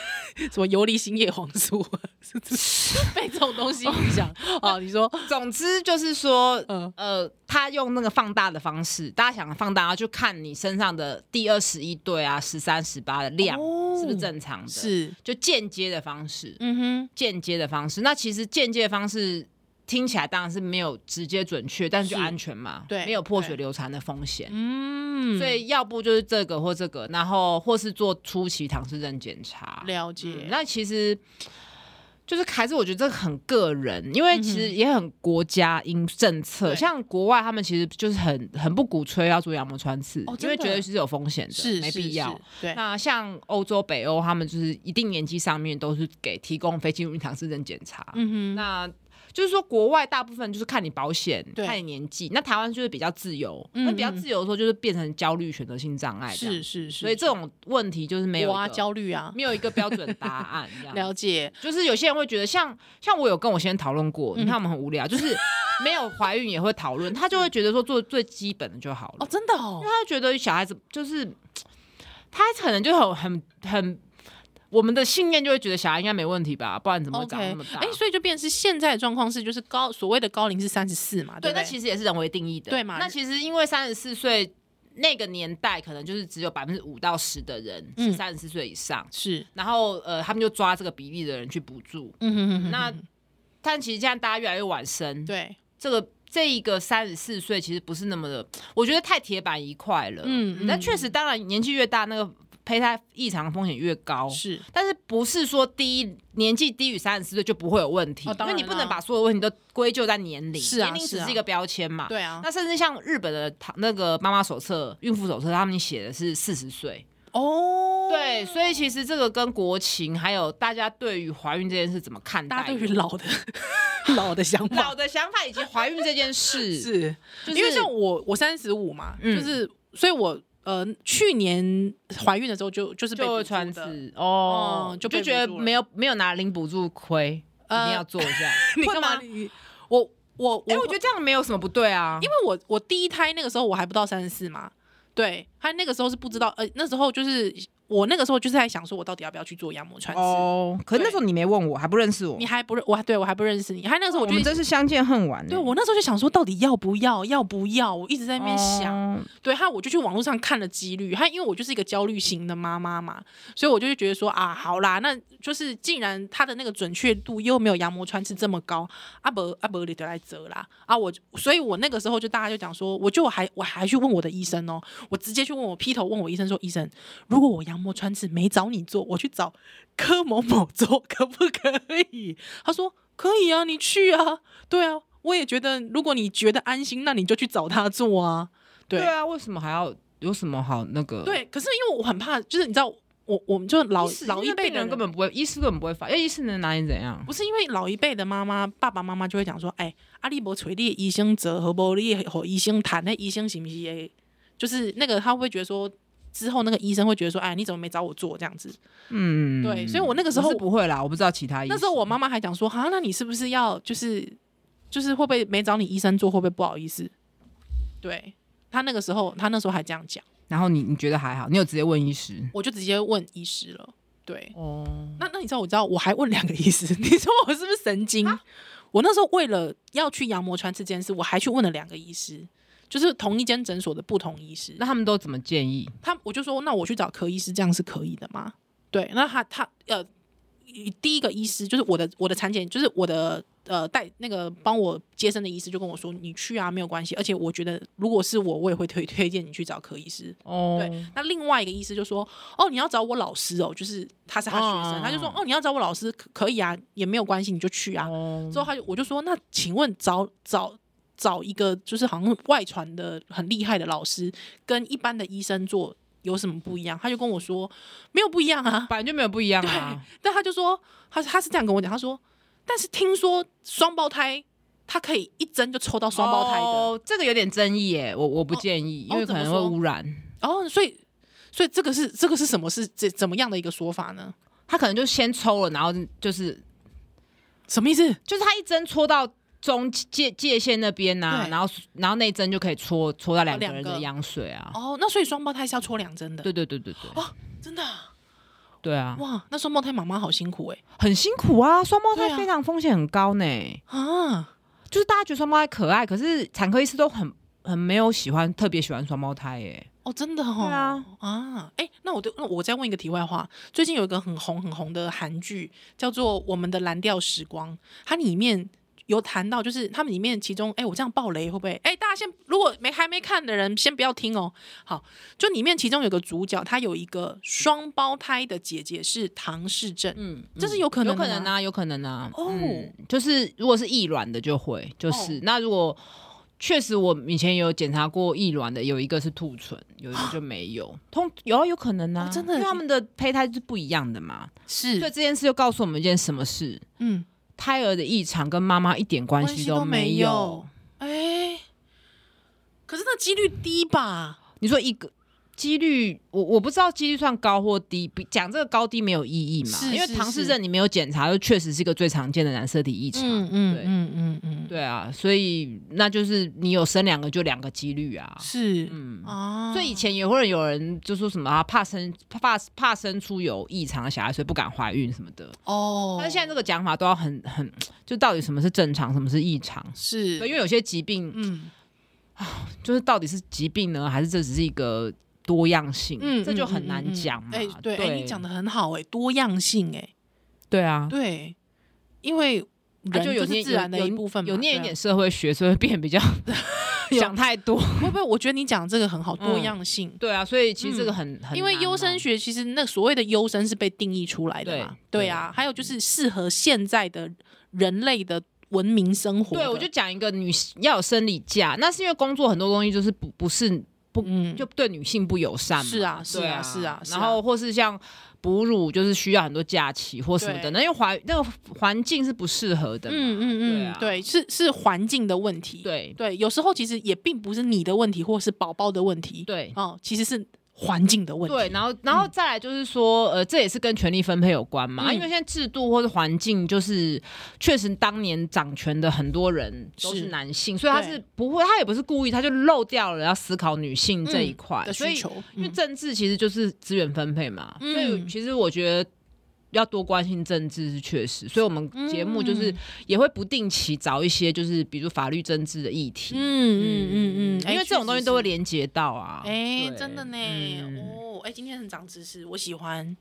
Speaker 1: 什么游离星叶黄素，啊 是不是 被这种东西影 响哦，你说，
Speaker 2: 总之就是说，
Speaker 1: 嗯
Speaker 2: 呃，他用那个放大的方式，大家想放大，然后就看你身上的第二十一对啊、十三、十八的量、
Speaker 1: 哦
Speaker 2: 是不是正常的，
Speaker 1: 是，
Speaker 2: 就间接的方式。
Speaker 1: 嗯
Speaker 2: 间接的方式。那其实间接的方式听起来当然是没有直接准确，但是就是安全嘛，
Speaker 1: 对
Speaker 2: 没有破
Speaker 1: 对
Speaker 2: 水流产的风险
Speaker 1: 哼，。嗯，
Speaker 2: 所以要不就是这个或这个，然后或是做初期唐氏症检查。
Speaker 1: 了解，
Speaker 2: 嗯那其实就是还是我觉得这个很个人，因为其实也很国家因政策，
Speaker 1: 嗯对
Speaker 2: 像国外他们其实就是很很不鼓吹要做羊膜穿刺，
Speaker 1: 哦
Speaker 2: 因为
Speaker 1: 真的
Speaker 2: 觉得是有风险的，
Speaker 1: 是
Speaker 2: 没
Speaker 1: 是
Speaker 2: 必要
Speaker 1: 是。对，
Speaker 2: 那像欧洲、北欧，他们就是一定年纪上面都是给提供非侵入性唐氏症检查。
Speaker 1: 嗯哼，
Speaker 2: 那就是说，国外大部分就是看你保险，
Speaker 1: 对
Speaker 2: 看你年纪。那台湾就是比较自由，
Speaker 1: 嗯
Speaker 2: 那比较自由的时候，就是变成焦虑、选择性障碍。
Speaker 1: 是，是是，
Speaker 2: 所以这种问题就是没有
Speaker 1: 我啊
Speaker 2: 一个
Speaker 1: 焦虑啊，
Speaker 2: 没有一个标准答案。这样
Speaker 1: 了解，
Speaker 2: 就是有些人会觉得像，像我有跟我先生讨论过，你看我们很无聊，就是没有怀孕也会讨 论，他就会觉得说做最基本的就好了
Speaker 1: 哦，。真的哦
Speaker 2: 因为，他觉得小孩子就是他可能就很很很，我们的信念就会觉得小孩应该没问题吧，不然怎么会长
Speaker 1: OK，
Speaker 2: 那么大？
Speaker 1: 哎、所以就变成是现在的状况是，就是高所谓的高龄是三十四嘛，
Speaker 2: 对，
Speaker 1: 不
Speaker 2: 那
Speaker 1: 对？
Speaker 2: 其实也是人为定义的，
Speaker 1: 对嘛
Speaker 2: 那其实因为三十四岁那个年代，可能就是只有百分之五到十的人
Speaker 1: 嗯
Speaker 2: 是三十四岁以上，
Speaker 1: 是，
Speaker 2: 然后呃，他们就抓这个比例的人去补助。
Speaker 1: 嗯哼哼哼，
Speaker 2: 那但其实现在大家越来越晚生，
Speaker 1: 对，
Speaker 2: 这个这一个三十四岁其实不是那么的，我觉得太铁板一块了。
Speaker 1: 嗯嗯
Speaker 2: 嗯，但确实，当然年纪越大，那个胚胎异常风险越高。
Speaker 1: 是，
Speaker 2: 但是不是说低年纪低于三十四岁就不会有问题？
Speaker 1: 哦当
Speaker 2: 因
Speaker 1: 然
Speaker 2: 为
Speaker 1: 啊
Speaker 2: 你不能把所有问题都归咎在年龄，
Speaker 1: 是啊
Speaker 2: 年龄
Speaker 1: 是
Speaker 2: 只
Speaker 1: 啊
Speaker 2: 是一个标签嘛。
Speaker 1: 对啊，
Speaker 2: 那甚至像日本的他那个妈妈手册、孕妇手册，他们写的是四十岁。
Speaker 1: 哦，
Speaker 2: 对，所以其实这个跟国情还有大家对于怀孕这件事怎么看待，
Speaker 1: 大家对于老的老的想法
Speaker 2: 老的想法以及怀孕这件事，
Speaker 1: 是，
Speaker 2: 就是
Speaker 1: 因为像我我三十五嘛，
Speaker 2: 嗯
Speaker 1: 就是所以我。呃，去年怀孕的时候就就是被
Speaker 2: 就
Speaker 1: 捕
Speaker 2: 会
Speaker 1: 捉
Speaker 2: 穿
Speaker 1: 的
Speaker 2: 刺哦，
Speaker 1: 嗯就
Speaker 2: 就
Speaker 1: 被
Speaker 2: 觉
Speaker 1: 捕
Speaker 2: 得
Speaker 1: 住了
Speaker 2: 没有没有拿零补助亏，一
Speaker 1: 呃，
Speaker 2: 定要做一 下
Speaker 1: 你
Speaker 2: 会
Speaker 1: 干嘛
Speaker 2: 吗？
Speaker 1: 你？我我
Speaker 2: 哎，我觉得这样没有什么不对啊，
Speaker 1: 因为我我第一胎那个时候我还不到三十四嘛，对，他那个时候是不知道，呃，那时候就是我那个时候就是在想说，我到底要不要去做羊膜穿刺？
Speaker 2: 哦，可是那时候你没问我，还不认识我
Speaker 1: 你，还不认我还，对我还不认识你，还那个时候
Speaker 2: 我
Speaker 1: 我就
Speaker 2: 们
Speaker 1: 一直
Speaker 2: 真是相见恨晚欸。
Speaker 1: 对我那时候就想说，到底要不要要不要？我一直在那边想，
Speaker 2: 哦，
Speaker 1: 对，还有我就去网络上看了几率，还因为我就是一个焦虑型的妈妈嘛，所以我就会觉得说啊，好啦，那就是既然它的那个准确度又没有羊膜穿刺这么高，啊阿伯阿伯你得来折啦啊，我所以我那个时候就大家就讲说，我就还我还去问我的医生哦，我直接去问我劈头问我医生说，医生，如果我羊膜穿刺没找你做，我去找柯某某做可不可以？他说可以啊，你去啊，对啊。我也觉得，如果你觉得安心，那你就去找他做啊。对
Speaker 2: 对啊，为什么还要有什么好那个？，
Speaker 1: 对，可是因为我很怕，就是你知道，我我们就老老一辈的
Speaker 2: 人根本不会，医师根本不会发，因为医师能拿你怎样？
Speaker 1: 不是因为老一辈的妈妈爸爸妈妈就会讲说，哎、阿丽伯垂列医生折和伯列和医生谈，那医生行不行？哎就是那个他会不会觉得说。之后那个医生会觉得说：“哎，你怎么没找我做这样子
Speaker 2: 嗯，
Speaker 1: 对所以我那个时候
Speaker 2: 我是不会啦，我不知道其他？”医师。
Speaker 1: 那时候我妈妈还讲说：“啊，那你是不是要就是就是会不会没找你医生做，会不会不好意思？”对她那个时候，她那时候还这样讲，
Speaker 2: 然后你你觉得还好，你有直接问医师？
Speaker 1: 我就直接问医师了。对，
Speaker 2: 哦，
Speaker 1: 那那你知道我知道我还问两个医师， 你说我是不是神经？我那时候为了要去羊膜穿刺这件事，我还去问了两个医师，就是同一间诊所的不同医师。
Speaker 2: 那
Speaker 1: 那
Speaker 2: 他们都怎么建议？
Speaker 1: 他我就说，那我去找柯医师，这样是可以的吗？对，那他他呃，第一个医师就是我的我的产检，就是我的呃带那个帮我接生的医师就跟我说，你去啊，没有关系。而且我觉得如果是我，我也会推推荐你去找柯医师。
Speaker 2: 哦，
Speaker 1: 对，那另外一个医师就说：“哦，你要找我老师哦，就是他是他学生，
Speaker 2: 嗯
Speaker 1: 他就说：哦，你要找我老师可可以啊，也没有关系，你就去啊。
Speaker 2: 哦
Speaker 1: 之后他就我就说：那请问找找找一个就是好像外传的很厉害的老师，跟一般的医生做有什么不一样？他就跟我说没有不一样啊，
Speaker 2: 本来就没有不一样啊。
Speaker 1: 但他就说他他是这样跟我讲，他说但是听说双胞胎它可以一针就 抽到双胞胎的哦
Speaker 2: 哦，这个有点争议耶，我我不建议，
Speaker 1: 哦
Speaker 2: 因为可能会污染。
Speaker 1: 所以所以这个是这个是什么是怎怎么样的一个说法呢？
Speaker 2: 他可能就先抽了，然后就是
Speaker 1: 什么意思？
Speaker 2: 就是他一针戳到中界界限那边呐、
Speaker 1: 对
Speaker 2: 然后然后那一针就可以戳戳到两个人
Speaker 1: 两
Speaker 2: 的
Speaker 1: 个
Speaker 2: 羊水啊。
Speaker 1: 哦，那所以双胞胎是要戳两针的，
Speaker 2: 对对对对对，
Speaker 1: 哦真的啊
Speaker 2: 对啊，
Speaker 1: 哇！那双胞胎妈妈好辛苦哎、
Speaker 2: 很辛苦啊，双胞
Speaker 1: 对
Speaker 2: 胎
Speaker 1: 啊
Speaker 2: 非常风险很高呢。
Speaker 1: 啊，
Speaker 2: 就是大家觉得双胞胎可爱，可是产科医师都很很没有喜欢，特别喜欢双胞胎耶。
Speaker 1: 哦真的哦
Speaker 2: 对啊
Speaker 1: 啊哎、那我就那我再问一个题外话，最近有一个很红很红的韩剧叫做《我们的蓝调时光》，它里面。有谈到，就是他们里面其中，哎、我这样爆雷会不会？哎、大家先，如果没还没看的人，先不要听哦。好，就里面其中有个主角，他有一个双胞胎的姐姐是唐氏症，
Speaker 2: 嗯，
Speaker 1: 这是有可能
Speaker 2: 有
Speaker 1: 的吗
Speaker 2: 可能啊，有可能啊。
Speaker 1: 哦
Speaker 2: 嗯就是如果是异卵的就会，就是、
Speaker 1: 哦
Speaker 2: 那如果确实我以前有检查过异卵的，有一个是兔唇，有一个就没有。通有啊，有可能啊，
Speaker 1: 哦真的
Speaker 2: 因为他们的胚胎是不一样的嘛。所以
Speaker 1: 是，
Speaker 2: 这件事就告诉我们一件什么事：
Speaker 1: 嗯，
Speaker 2: 胎儿的异常跟妈妈一点关系
Speaker 1: 都
Speaker 2: 没
Speaker 1: 有。。哎、可是那几率低吧？
Speaker 2: 你说一个几率，我我不知道几率算高或低，比讲这个高低没有意义嘛，
Speaker 1: 是
Speaker 2: 因为
Speaker 1: 是
Speaker 2: 唐氏
Speaker 1: 是
Speaker 2: 症你没有检查，就确实是一个最常见的染色体异常。
Speaker 1: 嗯
Speaker 2: 对
Speaker 1: 嗯嗯嗯，
Speaker 2: 对啊，所以那就是你有生两个就两个几率啊。
Speaker 1: 是
Speaker 2: 嗯，
Speaker 1: 啊，
Speaker 2: 所以以前也会有人就说什么啊，怕生怕怕生出有异常的小孩，所以不敢怀孕什么的。
Speaker 1: 哦，
Speaker 2: 但是现在这个讲法都要很很，就到底什么是正常，什么是异常？
Speaker 1: 是
Speaker 2: 对，因为有些疾病
Speaker 1: 嗯
Speaker 2: 就是到底是疾病呢，还是这只是一个多样性？
Speaker 1: 嗯，
Speaker 2: 这就很
Speaker 1: 嗯
Speaker 2: 难
Speaker 1: 嗯嗯
Speaker 2: 讲嘛。
Speaker 1: 哎、对，哎、你讲的很好、哎，多样性、
Speaker 2: 对啊
Speaker 1: 哎，。对，因为
Speaker 2: 啊
Speaker 1: 人
Speaker 2: 有
Speaker 1: 是
Speaker 2: 念
Speaker 1: 自然的
Speaker 2: 有
Speaker 1: 一部分嘛
Speaker 2: 有念一
Speaker 1: 对啊
Speaker 2: 点社会学，所以变比较 想太 多。
Speaker 1: 会不会？我觉得你讲这个很好，多
Speaker 2: 嗯
Speaker 1: 样性。
Speaker 2: 对啊，所以其实这个很、很
Speaker 1: 嗯因为
Speaker 2: 难
Speaker 1: 优
Speaker 2: 啊
Speaker 1: 生学其实那所谓的优生是被定义出来的嘛，
Speaker 2: 对嗯
Speaker 1: 对啊，还有就是适合现在的人类的文明生活的。
Speaker 2: 对，我就讲一个女要有生理假，那是因为工作很多东西就是不不是
Speaker 1: 嗯，
Speaker 2: 就对女性不友善嘛。
Speaker 1: 是啊
Speaker 2: 对啊，
Speaker 1: 是啊是啊是啊
Speaker 2: 然后或是像哺乳，就是需要很多假期或什么的，
Speaker 1: 对
Speaker 2: 那因为环那个环境是不适合的嘛。
Speaker 1: 嗯
Speaker 2: 对
Speaker 1: 嗯嗯，
Speaker 2: 啊
Speaker 1: 对，是是环境的问题，
Speaker 2: 对
Speaker 1: 对，有时候其实也并不是你的问题或是宝宝的问题，
Speaker 2: 对
Speaker 1: 哦，其实是环境的问题，
Speaker 2: 对，然后然后再来就是说，呃，这也是跟权力分配有关嘛，啊
Speaker 1: 嗯
Speaker 2: 因为现在制度或是环境，就是确实当年掌权的很多人都是
Speaker 1: 是
Speaker 2: 男性，所以他
Speaker 1: 对
Speaker 2: 是不会，他也不是故意，他就漏掉了要思考女性这一
Speaker 1: 嗯
Speaker 2: 块，
Speaker 1: 的
Speaker 2: 所以
Speaker 1: 需求，
Speaker 2: 因为
Speaker 1: 嗯
Speaker 2: 政治其实就是资源分配嘛，
Speaker 1: 嗯
Speaker 2: 所以其实我觉得。要多关心政治是确实，所以我们节目就是
Speaker 1: 嗯
Speaker 2: 也会不定期找一些就是比如法律政治的议题，
Speaker 1: 嗯嗯嗯嗯，哎
Speaker 2: 因为这种东西都会，连接到啊。
Speaker 1: 确实是哎，
Speaker 2: 对
Speaker 1: 真的呢，
Speaker 2: 嗯
Speaker 1: 哦，哎，今天很长知识，我喜欢，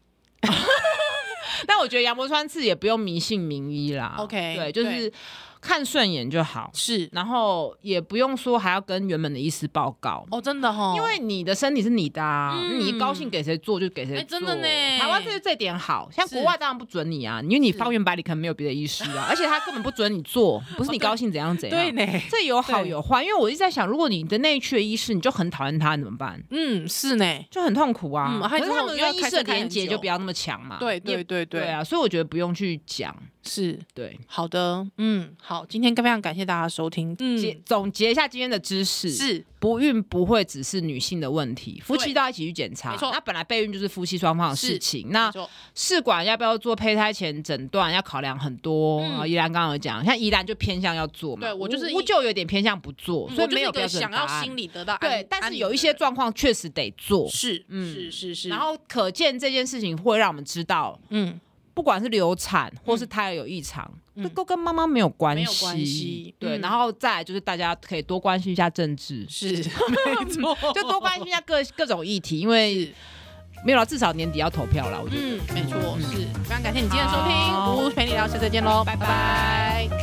Speaker 2: 但我觉得杨博川次也不用迷信名医啦
Speaker 1: OK，
Speaker 2: 对，就是看顺眼就好，
Speaker 1: 是
Speaker 2: 然后也不用说还要跟原本的医师报告，
Speaker 1: 哦，真的哈，
Speaker 2: 因为你的身体是你的啊，
Speaker 1: 嗯
Speaker 2: 你高兴给谁做就给谁做。
Speaker 1: 哎真的呢
Speaker 2: 台湾这这点好，像
Speaker 1: 是
Speaker 2: 国外当然不准你啊，因为你
Speaker 1: 是
Speaker 2: 方圆百里可能没有别的医师 啊，而且他根本不准你做，不是你高兴怎样怎样。
Speaker 1: 对呢，
Speaker 2: 这有好
Speaker 1: 对
Speaker 2: 有坏，因为我一直在想，如果你的内区的医师，你就很讨厌他，你怎么办？
Speaker 1: 嗯，是呢，
Speaker 2: 就很痛苦啊。
Speaker 1: 嗯还
Speaker 2: 可是
Speaker 1: 是
Speaker 2: 他
Speaker 1: 我
Speaker 2: 们
Speaker 1: 要
Speaker 2: 跟医
Speaker 1: 开
Speaker 2: 师
Speaker 1: 车
Speaker 2: 的
Speaker 1: 开
Speaker 2: 连
Speaker 1: 很
Speaker 2: 接
Speaker 1: 久
Speaker 2: 就不要那么强嘛。
Speaker 1: 对对
Speaker 2: 也
Speaker 1: 对对，
Speaker 2: 对啊，所以我觉得不用去讲。
Speaker 1: 是
Speaker 2: 对，
Speaker 1: 好的，嗯，好，今天非常感谢大家的收听，
Speaker 2: 结
Speaker 1: 嗯，
Speaker 2: 总结一下今天的知识
Speaker 1: 是
Speaker 2: 不孕不会只是女性的问题，夫妻都要一起去检查。
Speaker 1: 没错
Speaker 2: 那本来备孕就是夫妻双方的事
Speaker 1: 是
Speaker 2: 情。那
Speaker 1: 没错
Speaker 2: 试管要不要做胚胎前诊断，要考量很多。
Speaker 1: 嗯
Speaker 2: 啊依兰刚刚有讲，像依兰就偏向要做嘛，
Speaker 1: 对我就是嗯
Speaker 2: 乌就有点偏向不做，所以没有
Speaker 1: 我就是一个
Speaker 2: 标准
Speaker 1: 想
Speaker 2: 答
Speaker 1: 要
Speaker 2: 案。
Speaker 1: 心里得到安
Speaker 2: 对，但
Speaker 1: 安
Speaker 2: 是
Speaker 1: 宁
Speaker 2: 有一
Speaker 1: 的
Speaker 2: 些
Speaker 1: 人
Speaker 2: 状况确实得做。
Speaker 1: 是，
Speaker 2: 嗯
Speaker 1: 是是是，
Speaker 2: 然后可见这件事情会让我们知道，
Speaker 1: 嗯，
Speaker 2: 不管是流产或是胎儿有异常，
Speaker 1: 嗯
Speaker 2: 这都跟妈妈没有关
Speaker 1: 没有
Speaker 2: 系。
Speaker 1: 关系
Speaker 2: 对，
Speaker 1: 嗯
Speaker 2: 然后再来就是大家可以多关心一下政治，
Speaker 1: 是 没错，
Speaker 2: 就多关心一下各各种议题，因为没有了，至少年底要投票了，我觉得。
Speaker 1: 嗯嗯，没错，是非常感谢你今天的收听，
Speaker 2: 好
Speaker 1: 不陪你聊，下次再见喽，拜
Speaker 2: 拜
Speaker 1: 拜